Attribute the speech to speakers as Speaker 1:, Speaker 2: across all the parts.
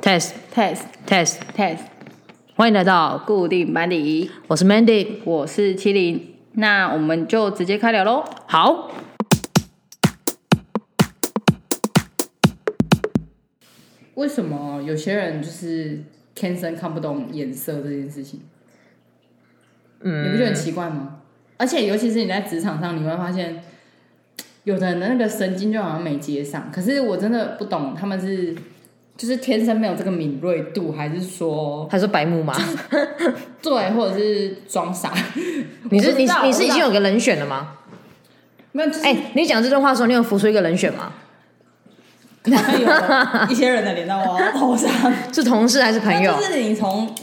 Speaker 1: test
Speaker 2: test
Speaker 1: test，
Speaker 2: test
Speaker 1: 欢迎来到，
Speaker 2: 固定班底，
Speaker 1: 我是 Mandy。
Speaker 2: 我是麒麟，那我们就直接开聊喽。
Speaker 1: 好，
Speaker 2: 为什么有些人就是天生看不懂颜色这件事情？嗯，你不觉得很奇怪吗？而且尤其是你在职场上，你会发现，有的人的那个神经就好像没接上。可是我真的不懂，他们是就是天生没有这个敏锐度，还是说
Speaker 1: 他说白目吗？
Speaker 2: 对，或者是装傻？
Speaker 1: 你是你
Speaker 2: 我不知道
Speaker 1: 你是
Speaker 2: 我不知道
Speaker 1: 已经有个人选了吗？
Speaker 2: 没有，就是
Speaker 1: 哎、你讲这段话的时候，你有浮出一个人选吗？
Speaker 2: 好像有一些人的脸到我头上。
Speaker 1: 是同事还是朋友
Speaker 2: 那？就是你从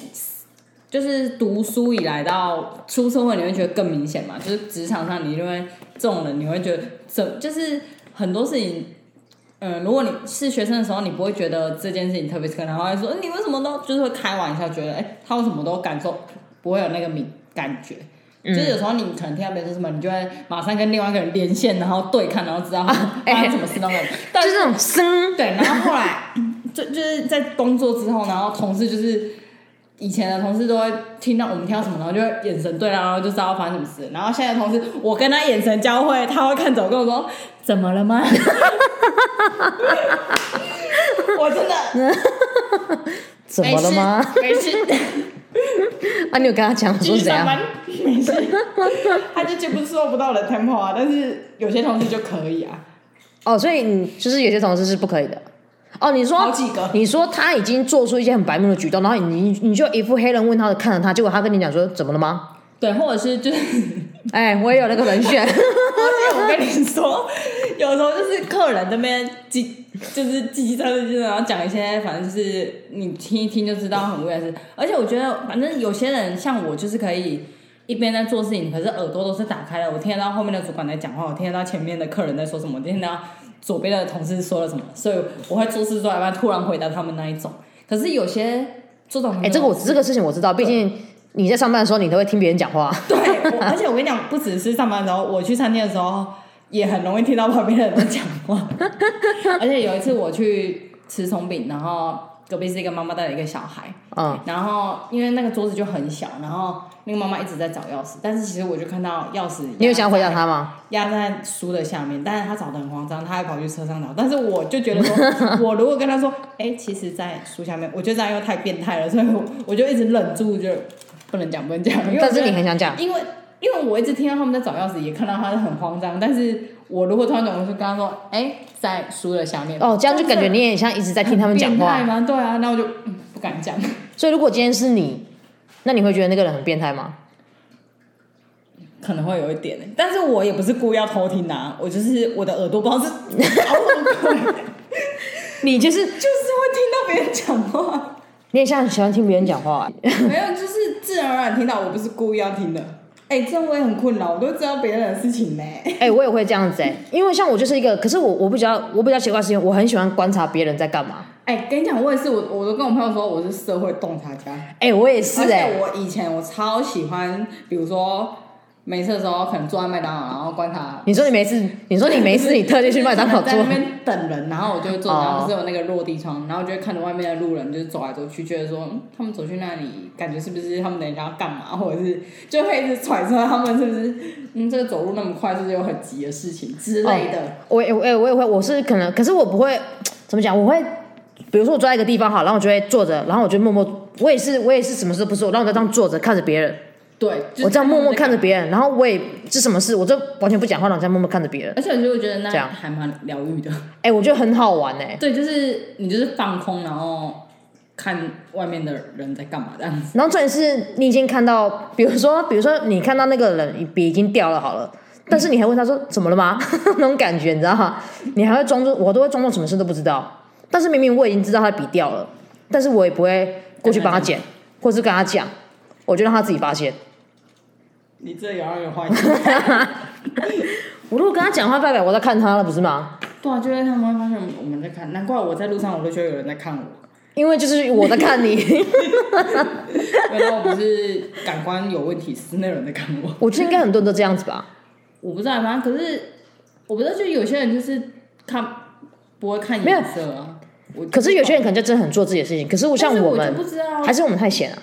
Speaker 2: 就是读书以来到出社会，你会觉得更明显嘛？就是职场上，你就会这种人，你会觉得怎就是很多事情。嗯，如果你是学生的时候，你不会觉得这件事情特别可能，然后会说嗯你为什么都就是会开玩笑，觉得哎、他为什么都感受不会有那个敏感觉，
Speaker 1: 嗯
Speaker 2: 就是有时候你可能听到别人说什么，你就会马上跟另外一个人连线，然后对看，然 后知道他发生什么事都没有。但
Speaker 1: 就是那种生，
Speaker 2: 对，然后后来就就是在工作之后，然后同事就是以前的同事都会听到我们听到什么，然后就会眼神对到，然后就知道发生什么事。然后现在的同事，我跟他眼神交汇，他会看着我跟我说：“怎么了吗？” 我真的
Speaker 1: 怎么了吗？？
Speaker 2: 没事，没事
Speaker 1: 啊，你有跟他讲
Speaker 2: 继
Speaker 1: 说
Speaker 2: 续
Speaker 1: 怎
Speaker 2: 上班
Speaker 1: 样？，
Speaker 2: 没事。他就接不受不到我的 tempo 啊，但是有些同事就可以啊。
Speaker 1: 哦，所以你就是有些同事是不可以的。哦，你说
Speaker 2: 好几个
Speaker 1: 你说他已经做出一些很白目的举动，然后你你你就一副黑人问号的看着他，结果他跟你讲说怎么了吗？
Speaker 2: 对，或者是就是。
Speaker 1: 哎、我也有那个人选，
Speaker 2: 而且我跟你说，有时候就是客人这边叽，就是叽叽喳喳，叽，然后讲一些，反正就是你听一听就知道很无聊的事。而且我觉得，反正有些人像我，就是可以一边在做事情，可是耳朵都是打开的，我听得到后面的主管在讲话，我听得到前面的客人在说什么，我听得到左边的同事说了什么，所以我会做事做到一半突然回答他们那一种。可是有些这种，
Speaker 1: 哎、这个我这个事情我知道，毕竟你在上班的时候，你都会听别人讲话。
Speaker 2: 对，我而且我跟你讲，不只是上班的时候，我去餐厅的时候也很容易听到旁边的人在讲话。 而且有一次我去吃松饼，然后隔壁是一个妈妈带了一个小孩，
Speaker 1: 嗯，
Speaker 2: 然后因为那个桌子就很小，然后那个妈妈一直在找钥匙，但是其实我就看到钥匙，
Speaker 1: 你有想回答他吗？
Speaker 2: 压在书的下面，但是他找的很慌张，他还跑去车上找。但是我就觉得说，我如果跟他说，哎、其实，在书下面，我觉得这样又太变态了，所以我我就一直忍住，就不能讲，不能讲。因为我
Speaker 1: 但是
Speaker 2: 觉得
Speaker 1: 你很想讲
Speaker 2: 因为因为我一直听到他们在找钥匙，也看到他很慌张。但是我如果突然转过去跟他说，哎、在书的下面，
Speaker 1: 哦，这样就感觉
Speaker 2: 是
Speaker 1: 你也像一直在听他们讲
Speaker 2: 变态
Speaker 1: 话。
Speaker 2: 吗？对啊，那我就、嗯、不敢讲。
Speaker 1: 所以如果今天是你，那你会觉得那个人很变态吗？
Speaker 2: 可能会有一点、欸，但是我也不是故意要偷听啊，我就是我的耳朵不知道是 搞什么鬼
Speaker 1: 你就是
Speaker 2: 就是会听到别人讲话，
Speaker 1: 你也像很喜欢听别人讲话、欸
Speaker 2: 没有，就是自然而然听到，我不是故意要听的。哎、这样我也很困扰，我都知道别人的事情呢、
Speaker 1: 哎、我也会这样子哎、因为像我就是一个，可是我我比较我比较奇怪的是因为我很喜欢观察别人在干嘛。
Speaker 2: 哎、跟你讲，我也是，我我都跟我朋友说我是社会洞察家，
Speaker 1: 哎、我也是
Speaker 2: 而
Speaker 1: 哎、
Speaker 2: 且我以前我超喜欢，比如说没事的时候可能坐在麦当劳，然后观察。
Speaker 1: 你说你没事，你说你没事，你 特地去麦 当劳
Speaker 2: 在
Speaker 1: 做
Speaker 2: 那，边等人，然后我就会坐，
Speaker 1: 哦
Speaker 2: 然后不是有那个落地窗，然后就会看着外面的路人，就是走来走去，觉得说、嗯他们走去那里，感觉是不是他们等一下要干嘛，或者是就会一直揣测他们是不是，嗯，这个走路那么快，是不是有很急的事情之类的。
Speaker 1: 我也我也我也会，我是可能，可是我不会怎么讲，我会。比如说我坐在一个地方好，然后我就会坐着，然后我就默默，我也是我也是什么事都不做，然后我就这样坐着看着别人，
Speaker 2: 对，就是
Speaker 1: 我这样默默看着别人，然后我也是什么事，我就完全不讲话，然后这样默默看着别人。
Speaker 2: 而且我就觉得那
Speaker 1: 这样
Speaker 2: 还蛮疗愈的。
Speaker 1: 哎、我觉得很好玩哎、
Speaker 2: 对，就是你就是放空，然后看外面的人在干嘛这样子。
Speaker 1: 然后重点是你已经看到，比如说，比如说你看到那个人笔已经掉了好了，但是你还问他说怎么了吗？ 那种感觉你知道吗？你还会装作我都会装作什么事都不知道，但是明明我已经知道他的笔掉了，但是我也不会过去帮他捡，或是跟他讲，我就让他自己发现。
Speaker 2: 你这有要有坏心。
Speaker 1: 我如果跟他讲话，代表我在看他了，不是吗？
Speaker 2: 对啊，就是他们会发现我们在看，难怪我在路上我都觉得有人在看我，
Speaker 1: 因为就是我在看你，
Speaker 2: 原来我不是感官有问题，是那有人在看我。
Speaker 1: 我觉得应该很多人都这样子吧。
Speaker 2: 我不知道，反正可是我不知道，就有些人就是看不会看
Speaker 1: 没有
Speaker 2: 颜色啊。我
Speaker 1: 可是有些人可能就真的很做自己的事情，可是我像
Speaker 2: 但是我
Speaker 1: 们
Speaker 2: 就不知道，啊
Speaker 1: 还是我们太闲了、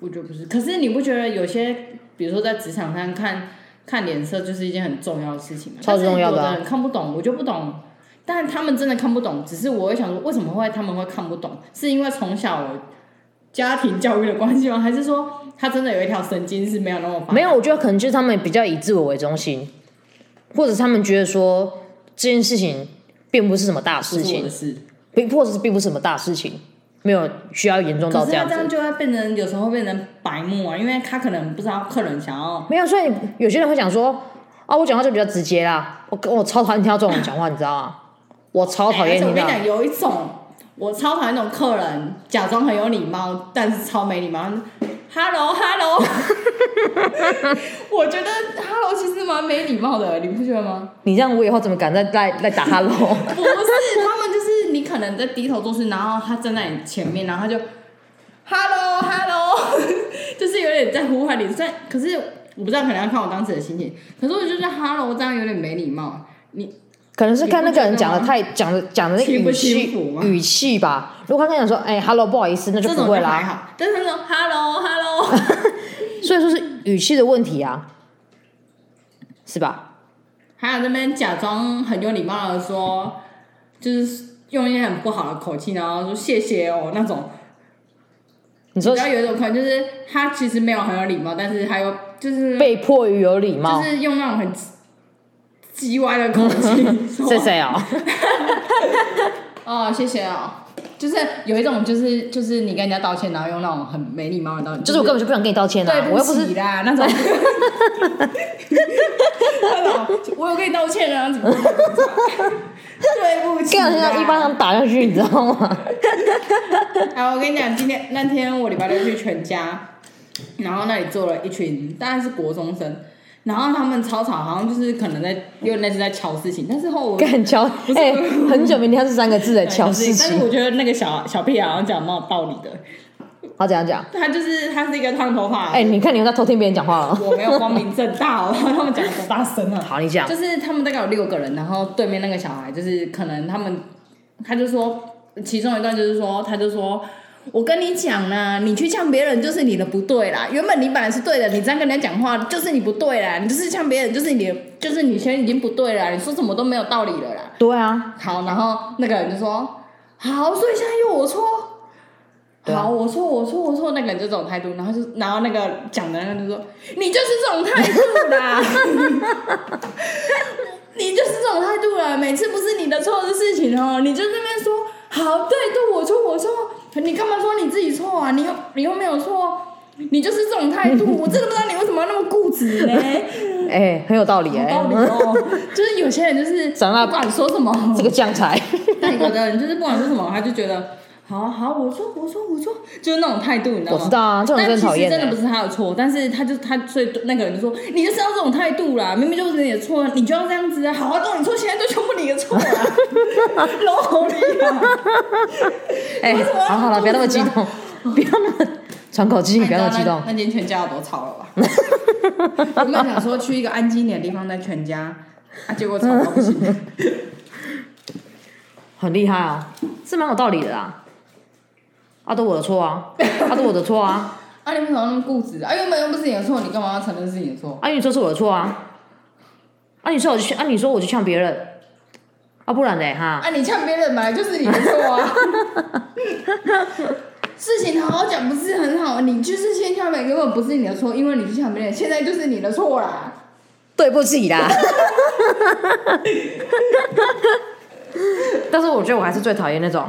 Speaker 2: 我觉得不是。可是你不觉得有些，比如说在职场上看看脸色，就是一件很重要的事情吗？
Speaker 1: 超级重要的啊
Speaker 2: 但是有的人看不懂，我就不懂。但他们真的看不懂，只是我会想说，为什么会他们会看不懂？是因为从小家庭教育的关系吗？还是说他真的有一条神经是没有那么发？
Speaker 1: 没有，我觉得可能就是他们比较以自我为中心，或者他们觉得说这件事情并不是什么大
Speaker 2: 不
Speaker 1: 事
Speaker 2: 是我
Speaker 1: 情
Speaker 2: 的，事。
Speaker 1: 并或者是并不是什么大事情，没有需要严重到
Speaker 2: 可是
Speaker 1: 这
Speaker 2: 他
Speaker 1: 样
Speaker 2: 这
Speaker 1: 子。
Speaker 2: 样就会变成有时候会变成白目啊，因为他可能不知道客人想要
Speaker 1: 没有，所以有些人会讲说啊，我讲话就比较直接啦，我我超讨厌听到这种人讲话，你知道吗？我超讨
Speaker 2: 哎而
Speaker 1: 厌
Speaker 2: 且
Speaker 1: 听
Speaker 2: 我跟
Speaker 1: 到
Speaker 2: 你。讲，有一种我超讨厌那种客人假装很有礼貌，但是超没礼貌。Hello Hello，我觉得 Hello 其实蛮没礼貌的，你不觉得吗？
Speaker 1: 你这样我以后怎么敢再再再打哈喽？
Speaker 2: 不是，他们就是你可能在低头做事，然后他站在你前面，然后他就 Hello Hello，就是 有点在呼唤你。虽然可是我不知道，可能要看我当时的心情。可是我就觉得 Hello 这样有点没礼貌。你
Speaker 1: 可能是看那个人讲的太讲的讲的那个
Speaker 2: 轻不
Speaker 1: 语气
Speaker 2: 轻浮吗
Speaker 1: 语气吧。如果他跟你讲说，哎、哈喽，不好意思，那就
Speaker 2: 这种
Speaker 1: 不
Speaker 2: 就
Speaker 1: 会
Speaker 2: 还
Speaker 1: 啦。
Speaker 2: 好，但是他说 Hello Hello。
Speaker 1: 所以说是语气的问题啊，是吧？
Speaker 2: 还有那边假装很有礼貌的说，就是用一些很不好的口气，然后说谢谢哦那种。
Speaker 1: 你
Speaker 2: 比
Speaker 1: 说
Speaker 2: 较有一种可能就是他其实没有很有礼貌，但是他又就是
Speaker 1: 被迫于有礼貌
Speaker 2: 就，是用那种很叽歪的口 气说
Speaker 1: 是谁 哦？
Speaker 2: 哦谢谢哦，就是有一种就是就是你跟人家道歉，然后用那种很没礼貌的道歉，
Speaker 1: 就是我根本就不想跟你道歉啊
Speaker 2: 对，
Speaker 1: 我
Speaker 2: 不
Speaker 1: 又不是
Speaker 2: 起啦那种。 那种我有跟你道歉啊，怎么会这样 子啊对不起
Speaker 1: 跟
Speaker 2: 啦。
Speaker 1: 老师在啊一巴掌打下去，你知道吗？
Speaker 2: 好，我跟你讲，今天那天我礼拜六去全家，然后那里坐了一群大概是国中生，然后他们吵吵，好像就是可能在又类似在瞧事情，但是后我
Speaker 1: 干乔，哎、很久没听到这三个字的哎乔事
Speaker 2: 但是
Speaker 1: 情。
Speaker 2: 我觉得那个小小屁孩好像讲得蛮有道理的，
Speaker 1: 好，怎样讲？
Speaker 2: 他就是他是一个烫头发，
Speaker 1: 哎、你看你又在偷听别人讲话了。
Speaker 2: 我没有光明正大哦， 他们讲的多大声啊！
Speaker 1: 好，你讲。
Speaker 2: 就是他们大概有六个人，然后对面那个小孩就是可能他们，他就说其中一段就是说，他就说。我跟你讲啦，你去呛别人就是你的不对啦。原本你本来是对的，你这样跟人家讲话就是你不对啦，你就是呛别人就是你的，就是你现在已经不对啦，你说什么都没有道理了啦。
Speaker 1: 对啊，
Speaker 2: 好，然后那个人就说：“好，所以现在又我错。”
Speaker 1: 对啊
Speaker 2: 好，我错，我错，我错。那个人就这种态度，然后就，然后那个讲的那个就说：“你就是这种态度啦， 你就是这种态度啦，每次不是你的错的事情哦，你就那边说好，对对，我错，我错，你干嘛说你自己错啊？你又你又没有错，你就是这种态度，我真的不知道你为什么要那么固 执呢？
Speaker 1: 哎、很有道理哎、
Speaker 2: 道理哦，就是有些人就是
Speaker 1: 长大
Speaker 2: 不管说什么，
Speaker 1: 这个酱菜，
Speaker 2: 但有的人就是不管说什么，他就觉得好啊好，我说我说我说，就是那种态度，你知道
Speaker 1: 我
Speaker 2: 吗？
Speaker 1: 知道啊，这种
Speaker 2: 但
Speaker 1: 人
Speaker 2: 其
Speaker 1: 真
Speaker 2: 实
Speaker 1: 的讨厌、
Speaker 2: 真的不
Speaker 1: 欸。
Speaker 2: 是他的错，但是他就他，所以那个人就说：“你就是要这种态度啦，明明就是你的错，你就要这样子啊，好好都你错，现在都全部你的错啊，龙头你啊！”
Speaker 1: 哎、
Speaker 2: 为什么要
Speaker 1: 好好了，不要那么激动， 哎不要那么喘口气，
Speaker 2: 你
Speaker 1: 不要那么激动。
Speaker 2: 那间全家有多吵了吧？ 我们想说去一个安静一点的地方，在全家，啊，结果吵到不行。
Speaker 1: 很厉害啊，是蛮有道理的啦。啊，都我的错啊，啊，都我的错啊，
Speaker 2: 啊，你为什么那么固执啊？啊，原本又不是你的错，你干嘛要承认是你的错？
Speaker 1: 啊，你说是我的错啊，啊，你说我去，啊，你说我去呛别人，啊，不然嘞哈，
Speaker 2: 啊，你呛别人本来就是你的错啊！事情好好讲不是很好，你就是先呛别人根本不是你的错，因为你去呛别人，现在就是你的错啦。
Speaker 1: 对不起啦。 但是我觉得我还是最讨厌那种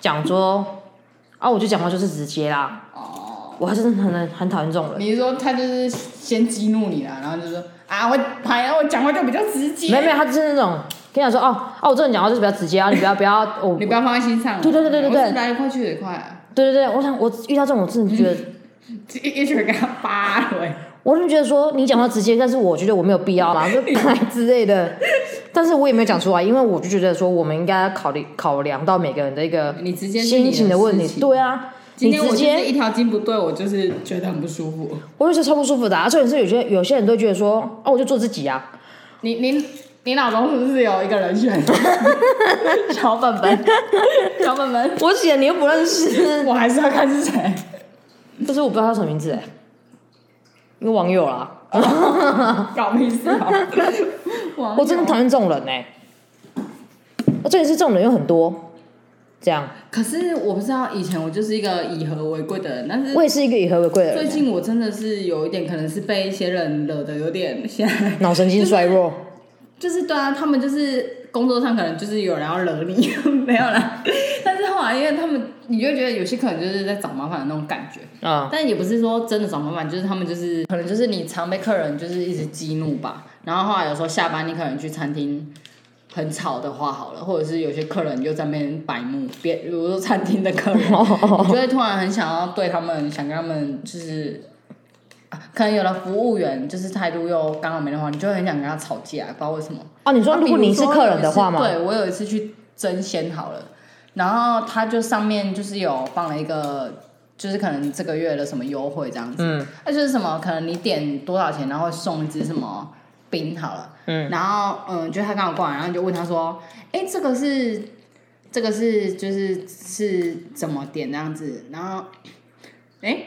Speaker 1: 讲说啊，我就讲话就是直接啦。
Speaker 2: 哦，
Speaker 1: 我还是很很讨厌这种人。
Speaker 2: 你是说他就是先激怒你啦，然后就说啊，我排啊，我讲话就比较直接，
Speaker 1: 没 有没有，他就是那种跟你讲说哦哦，我这人讲话就是比较直接啊，你不要不要 我。
Speaker 2: 你不要放在心上。
Speaker 1: 对对对对对对
Speaker 2: 我是来得快去得快、啊，
Speaker 1: 对对对，我想我遇到这种，我真的 觉得，
Speaker 2: 一一拳给他扒了、欸。
Speaker 1: 我真的觉得说你讲话直接，但是我觉得我没有必要 啦，就来之类的。但是我也没有讲出来，因为我就觉得说我们应该考虑考量到每个人的一个
Speaker 2: 你直接是你
Speaker 1: 心情的问
Speaker 2: 事
Speaker 1: 题。
Speaker 2: 情
Speaker 1: 对啊，
Speaker 2: 今
Speaker 1: 你
Speaker 2: 天我
Speaker 1: 直
Speaker 2: 就
Speaker 1: 接
Speaker 2: 是一条筋不对，我就是觉得很不舒服。
Speaker 1: 我就觉得超不舒服的、啊。重点是有些有些人都觉得说，哦，我就做自己啊，
Speaker 2: 你你你脑中是不是有一个人选？ 小本本，小本本，
Speaker 1: 我姐你又不认 识，
Speaker 2: 我还是要看是谁。
Speaker 1: 可是我不知道她什么名字哎，一个网友啦，
Speaker 2: 搞屁事啊！ 网友
Speaker 1: 我真的讨厌这种人哎、我这里是这种人有很多，这样
Speaker 2: 可是我不知道，以前我就是一个以和为贵的人，但是
Speaker 1: 我也是一个以和为贵的
Speaker 2: 最
Speaker 1: 人，
Speaker 2: 近我真的是有一点，可能是被一些人惹的有点现在
Speaker 1: 脑神经衰弱。
Speaker 2: 就是对啊，他们就是工作上可能就是有人要惹你， 没有啦。但是后来，因为他们，你就会觉得有些可能就是在找麻烦的那种感觉，
Speaker 1: 啊、
Speaker 2: 但也不是说真的找麻烦，就是他们就是可能就是你常被客人就是一直激怒吧。然后后来有时候下班，你可能去餐厅很吵的话好了，或者是有些客人就在那边白目，别比如说餐厅的客人，你就会突然很想要对他们，想跟他们就是。啊可能有的服务员就是态度又刚好没那么好，你就会很想跟他吵架，不知道为什么。
Speaker 1: 哦，你说如果你是客人的话
Speaker 2: 啊
Speaker 1: 嘛，
Speaker 2: 比如说有一次对我有一次去蒸鲜好了，然后他就上面就是有放了一个，就是可能这个月的什么优惠这样子，
Speaker 1: 嗯
Speaker 2: 那、就是什么可能你点多少钱，然后送一支什么冰好了，
Speaker 1: 嗯，
Speaker 2: 然后嗯，就他刚好过来，然后你就问他说，哎，这个是这个是就是是怎么点这样子，然后哎。诶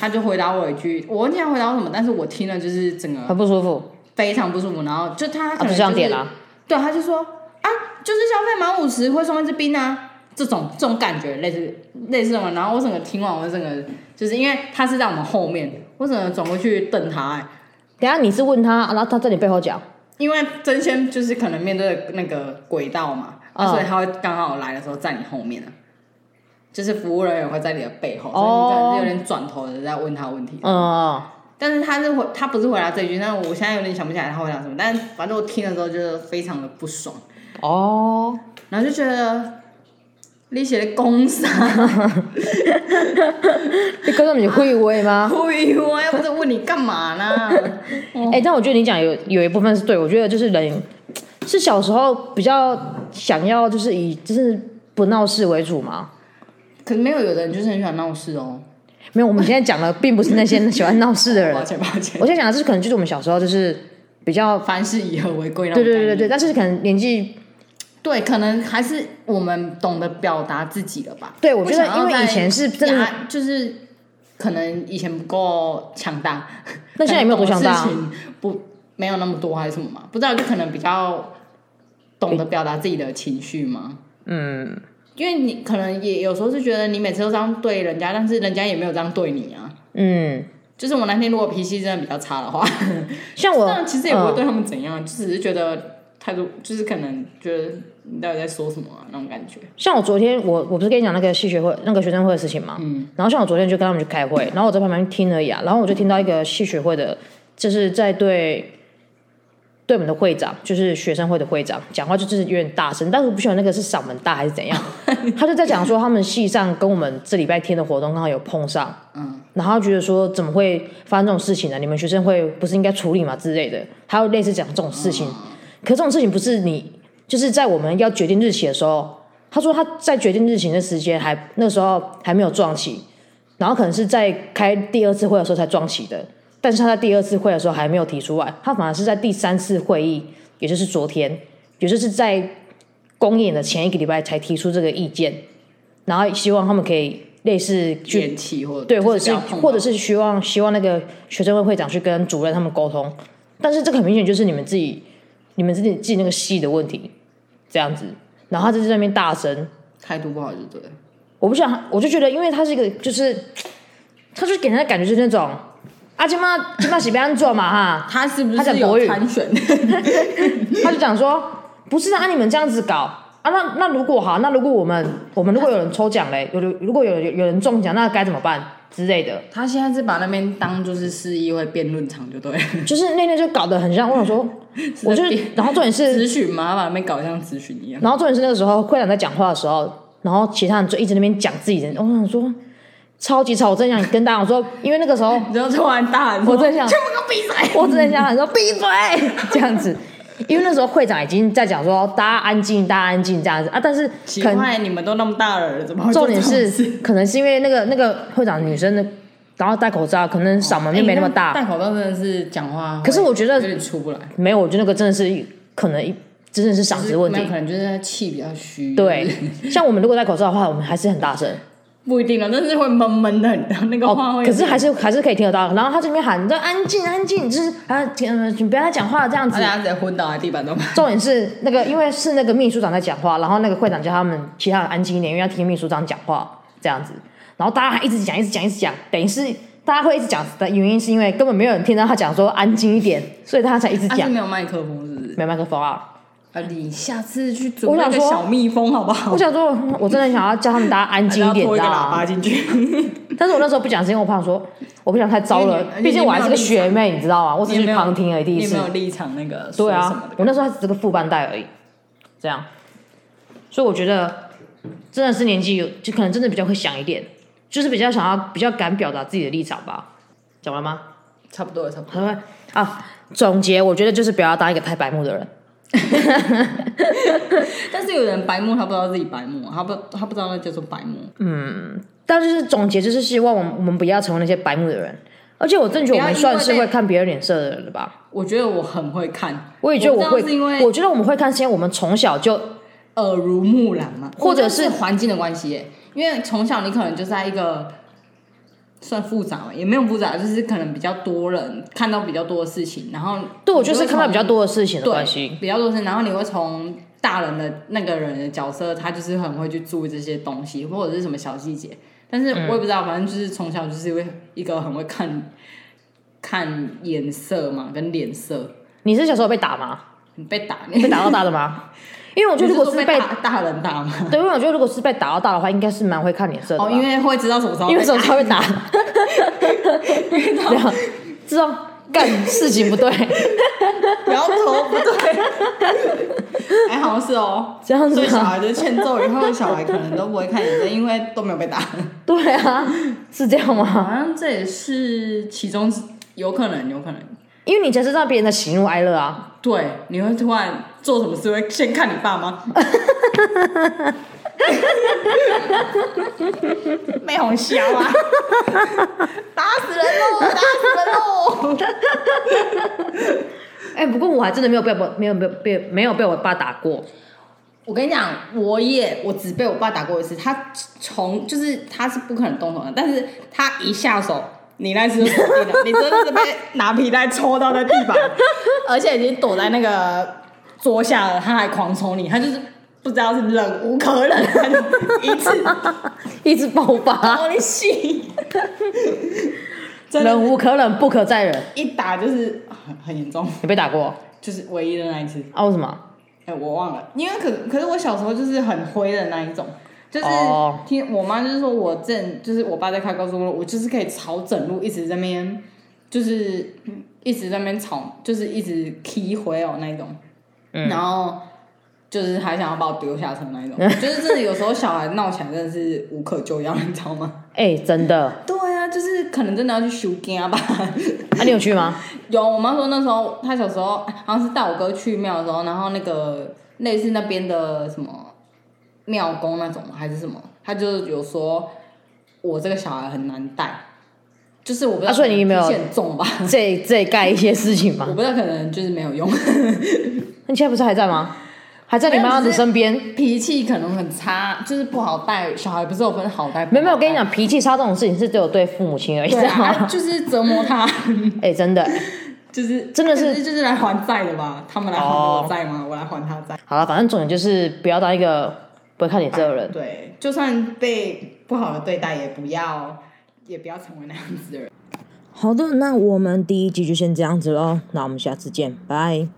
Speaker 2: 他就回答我一句，我忘记他回答我什么，但是我听了就是整个
Speaker 1: 很不舒服，
Speaker 2: 非常不舒服，然后就他
Speaker 1: 啊，
Speaker 2: 可能、
Speaker 1: 就
Speaker 2: 就
Speaker 1: 这样点
Speaker 2: 是
Speaker 1: 啦、
Speaker 2: 对，他就说啊，就是消费满五十会送一支冰啊，这种这种感觉类似类似什么。然后我整个听完，我整个就是因为他是在我们后面，我整个转过去瞪他、哎，
Speaker 1: 等一下你是问他，然后他在你背后讲，
Speaker 2: 因为真仙就是可能面对那个轨道嘛，啊
Speaker 1: 嗯
Speaker 2: 所以他会刚好来的时候在你后面啊。就是服务人员会在你的背后，所以
Speaker 1: 哦
Speaker 2: 你可能是有点转头的在问他问题。
Speaker 1: 嗯哦
Speaker 2: 但是他是回他不是回答这一句，但是我现在有点想不起来他回答什么。但是反正我听了之后就是非常的不爽。
Speaker 1: 哦，
Speaker 2: 然后就觉得你写的公啥？
Speaker 1: 你跟着你会微吗？
Speaker 2: 对 我又不是问你干嘛呢？
Speaker 1: 哎、但我觉得你讲有有一部分是对，我觉得就是人是小时候比较想要就是以就是不闹事为主嘛。
Speaker 2: 可是没有，有的人就是很喜欢闹事哦。
Speaker 1: 没有，我们现在讲的并不是那些喜欢闹事的人
Speaker 2: 抱，歉抱歉，
Speaker 1: 我现在讲的是可能就是我们小时候就是比较
Speaker 2: 凡事以和为贵那
Speaker 1: 对
Speaker 2: 种
Speaker 1: 对对对
Speaker 2: 概念
Speaker 1: 对，但是可能年纪
Speaker 2: 对，可能还是我们懂得表达自己了吧？
Speaker 1: 对我觉
Speaker 2: 不
Speaker 1: 得
Speaker 2: 想要
Speaker 1: 因为以
Speaker 2: 再
Speaker 1: 前是真的，
Speaker 2: 压就是可能以前不够强大，
Speaker 1: 那现在有没有多强大啊
Speaker 2: 可能懂的事情不没有那么多还是什么嘛？不知道，就可能比较懂得表达自己的情绪嘛。
Speaker 1: 嗯，
Speaker 2: 因为你可能也有时候是觉得你每次都这样对人家，但是人家也没有这样对你啊。
Speaker 1: 嗯，
Speaker 2: 就是我那天如果脾气真的比较差的话，
Speaker 1: 像
Speaker 2: 当然
Speaker 1: 我嗯
Speaker 2: 其实也不会对他们怎样，就只是觉得态度就是可能觉得你到底在说什么啊那种感觉。
Speaker 1: 像我昨天我我不是跟你讲那个系学会那个学生会的事情嘛，
Speaker 2: 嗯，
Speaker 1: 然后像我昨天就跟他们去开会，然后我在旁边听而已啊，然后我就听到一个系学会的，就是在对对我们的会长，就是学生会的会长讲话，就是有点大声，但是我不晓得那个是嗓门大还是怎 样，他就在讲说他们系上跟我们这礼拜天的活动刚好有碰上，
Speaker 2: 嗯，
Speaker 1: 然后他觉得说怎么会发生这种事情呢？你们学生会不是应该处理嘛之类的，还有类似讲这种事情，可这种事情不是你就是在我们要决定日期的时候，他说他在决定日期的时间还那时候还没有撞起，然后可能是在开第二次会的时候才撞起的，但是他在第二次会的时候还没有提出来，他反而是在第三次会议，也就是昨天，也就是在公演的前一个礼拜才提出这个意见，然后希望他们可以类似去
Speaker 2: 怨气或者
Speaker 1: 对，
Speaker 2: 就
Speaker 1: 或者是
Speaker 2: 不要碰到
Speaker 1: 或者是希望希望那个学生会会长去跟主任他们沟通，但是这个很明显就是你们自己你们自己自己那个系的问题，这样子，然后他就在那边大声，
Speaker 2: 态度不好就对了。
Speaker 1: 我不想，我就觉得，因为他是一个就是，他就给人的感觉就是那种。啊，今妈今妈是被安做嘛哈，
Speaker 2: 他是不
Speaker 1: 他讲
Speaker 2: 是
Speaker 1: 国语
Speaker 2: 有参选？
Speaker 1: 他就讲说，不是啊，你们这样子搞啊，那那如果好，那如果我们我们如果有人抽奖嘞，有人如果有有有人中奖，那该怎么办之类的，
Speaker 2: 他现在是把那边当就是市议会辩论场就对了，
Speaker 1: 就是那天就搞得很像，我想 说，我就是，然后重点是
Speaker 2: 咨询嘛，把那边搞得像咨询一样。
Speaker 1: 然后重点是那个时候会长在讲话的时候，然后其他人就一直在那边讲自己的，我想说超级吵，我真想跟大家讲说，因为那个时候
Speaker 2: 你知道突然大喊说，
Speaker 1: 我真想
Speaker 2: 全部给我闭嘴！
Speaker 1: 我只能想喊说闭嘴这样子，因为那时候会长已经在讲说大家安静，大家安静这样子啊，但是
Speaker 2: 奇
Speaker 1: 可能
Speaker 2: 怪，你们都那么大了，怎么会
Speaker 1: 重点
Speaker 2: 做这种事
Speaker 1: 是可能是因为那个那个会长女生的，然后戴口罩，可
Speaker 2: 哎哦
Speaker 1: 能嗓门就没那么大，
Speaker 2: 戴口罩真的是讲话会，
Speaker 1: 可是我觉得
Speaker 2: 有点出不来。
Speaker 1: 没有，我觉得那个真的是可能一真的是嗓子问
Speaker 2: 那
Speaker 1: 题。
Speaker 2: 可能就是气比较虚，
Speaker 1: 对，像我们如果戴口罩的话，我们还是很 大声，
Speaker 2: 不一定了，但是会闷闷的，你知道那个话
Speaker 1: 哦，
Speaker 2: 会。
Speaker 1: 可是还是还是可以听得到。然后他这边喊，你知道安静安静，就是啊，嗯，你不要再讲话了这样
Speaker 2: 他
Speaker 1: 子。
Speaker 2: 俩啊直接昏倒在地板上。
Speaker 1: 重点是那个，因为是那个秘书长在讲话，然后那个会长叫他们其他人安静一点，因为要听秘书长讲话这样子。然后大家还一直讲，一直讲，一直讲，等于是大家会一直讲的原因是因为根本没有人听到他讲说安静一点，所以大家才一直
Speaker 2: 他
Speaker 1: 讲。
Speaker 2: 是没有麦克风，是不是？
Speaker 1: 没麦克风啊！
Speaker 2: 啊，你下次去准
Speaker 1: 我
Speaker 2: 备
Speaker 1: 想
Speaker 2: 一个
Speaker 1: 说
Speaker 2: 小蜜蜂好不好
Speaker 1: 我？想说，我真的想要叫他们大家安静一 点，
Speaker 2: 还
Speaker 1: 你知
Speaker 2: 是要拖一个
Speaker 1: 道
Speaker 2: 喇
Speaker 1: 吗
Speaker 2: 叭？进去。
Speaker 1: 但是我那时候不讲，是因为我怕说我不想太糟了
Speaker 2: 因为，你
Speaker 1: 毕竟我还是个学妹，你知道啊吗？我只
Speaker 2: 你
Speaker 1: 是
Speaker 2: 也没
Speaker 1: 去
Speaker 2: 有
Speaker 1: 旁听而已， 第一
Speaker 2: 你也
Speaker 1: 次
Speaker 2: 没。有立场那个
Speaker 1: 对
Speaker 2: 说什么
Speaker 1: 啊
Speaker 2: 的，
Speaker 1: 我那时候还只是个副班带而已，这样。所以我觉得真的是年纪有，就可能真的比较会想一点，就是比较想要比较敢表达自己的立场吧。讲完了吗？
Speaker 2: 差不多了，差不多。
Speaker 1: 好吧啊，总结我觉得就是不要当一个太白目的人。
Speaker 2: 但是有人白目，他不知道自己白目，他不他不知道那叫做白目。
Speaker 1: 但是总结就是希望我们我们不要成为那些白目的人。而且我真的觉得我们
Speaker 2: 不要因
Speaker 1: 算
Speaker 2: 为
Speaker 1: 是
Speaker 2: 被
Speaker 1: 会看别人脸色的人了吧？
Speaker 2: 我觉得我很会看，
Speaker 1: 我也觉得
Speaker 2: 我
Speaker 1: 我会，
Speaker 2: 不知道是因为
Speaker 1: 我觉得我们会看，是因为我们从小就
Speaker 2: 耳濡目染嘛，
Speaker 1: 或者
Speaker 2: 我觉
Speaker 1: 是
Speaker 2: 得环境的关系耶。因为从小你可能就在一个算复杂嘛，也没有复杂，就是可能比较多人看到比较多的事情，然后
Speaker 1: 对我
Speaker 2: 你就
Speaker 1: 就
Speaker 2: 会
Speaker 1: 是看到
Speaker 2: 从
Speaker 1: 比较多的事情的关系
Speaker 2: 对，比较多是，然后你会从大人的那个人的角色，他就是很会去注意这些东西，或者是什么小细节。但是我也不知道，反正就是从小就是会一个很会看看颜色嘛，跟脸色。
Speaker 1: 你是小时候被打吗？
Speaker 2: 你被打，
Speaker 1: 被
Speaker 2: 你
Speaker 1: 打到大的 吗？因为我觉得如果
Speaker 2: 你
Speaker 1: 是
Speaker 2: 说
Speaker 1: 被
Speaker 2: 被大大人打吗？
Speaker 1: 对，因为我觉得如果是被打到大的话，应该是蛮会看脸色的吧、
Speaker 2: 哦，因为会知道什么时候
Speaker 1: 因为哦
Speaker 2: 被打，
Speaker 1: 什 么时候会打？ 啊这样 知道干事情 不对，
Speaker 2: 不要头不对。哎，好像是哦。
Speaker 1: 这样
Speaker 2: 所
Speaker 1: 子
Speaker 2: 以小
Speaker 1: 啊，
Speaker 2: 孩就是欠揍以后，小孩可能都不会看眼色，因为都没有被打。
Speaker 1: 对啊，是这样吗？
Speaker 2: 好像这也是其中有可能，有可能。
Speaker 1: 因为你才知道别人的喜怒哀乐啊。
Speaker 2: 对，你会突然做什么事会先看你爸 妈。没红笑啊！打死人喽！打死人喽！
Speaker 1: 哎、不过我还真的没有被我没有没有被没有被我爸打过。
Speaker 2: 我跟你讲，我也我只被我爸打过一次，他从就是他是不可能动手的，但是他一下手，你那次就死定了，你真的是被拿皮带抽到在地板，而且已经躲在那个桌下了，他还狂抽你，他就是不知道是忍无可忍，他就一次
Speaker 1: 一直爆发，
Speaker 2: 暴力戏，真的
Speaker 1: 忍无可忍，不可再忍。
Speaker 2: 一打就是很很严重，
Speaker 1: 你被打过
Speaker 2: 就是唯一的那一次。
Speaker 1: 啊？为什么？
Speaker 2: 哎、我忘了，因为可可是我小时候就是很灰的那一种，就是
Speaker 1: 哦
Speaker 2: 听我妈就是说我正就是我爸在开高速公路，我就是可以吵整路，一直在那边就是一直在那边吵，就是一直踢回哦那一种，然后就是还想要把我丢下车那一种， 就是真的有时候小孩闹起来真的是无可救药，你知道 吗？
Speaker 1: 哎、真的？
Speaker 2: 对啊，就是可能真的要去修家吧。
Speaker 1: 啊，你有去吗？
Speaker 2: 有，我妈说那时候她小时候哎好像是带我哥去庙的时候，然后那个类似那边的什么庙公那种还是什么，她就有说我这个小孩很难带，就是我不知道，
Speaker 1: 啊所以你有没有
Speaker 2: 很重吧？
Speaker 1: 这这盖一些事情吗
Speaker 2: 我？不知道，可能就是没有用，
Speaker 1: 你现在不是还在吗？还在你妈妈的身边？
Speaker 2: 脾气可能很差，就是不好带。小孩不是有分好带，
Speaker 1: 没有没有，我跟你，讲，脾气差这种事情是只有对父母亲而已，知
Speaker 2: 对
Speaker 1: 道吗？
Speaker 2: 啊，就是折磨他，
Speaker 1: 哎、真的。
Speaker 2: 就是
Speaker 1: 真的是
Speaker 2: 可就是来还债的吧？他们来还我债吗？我来还他债。
Speaker 1: 好了，反正总之就是不要当一个不会看脸色的人。
Speaker 2: 对，就算被不好的对待，也不要，也不要成为那样子的人。
Speaker 1: 好的，那我们第一集就先这样子喽，那我们下次见，拜。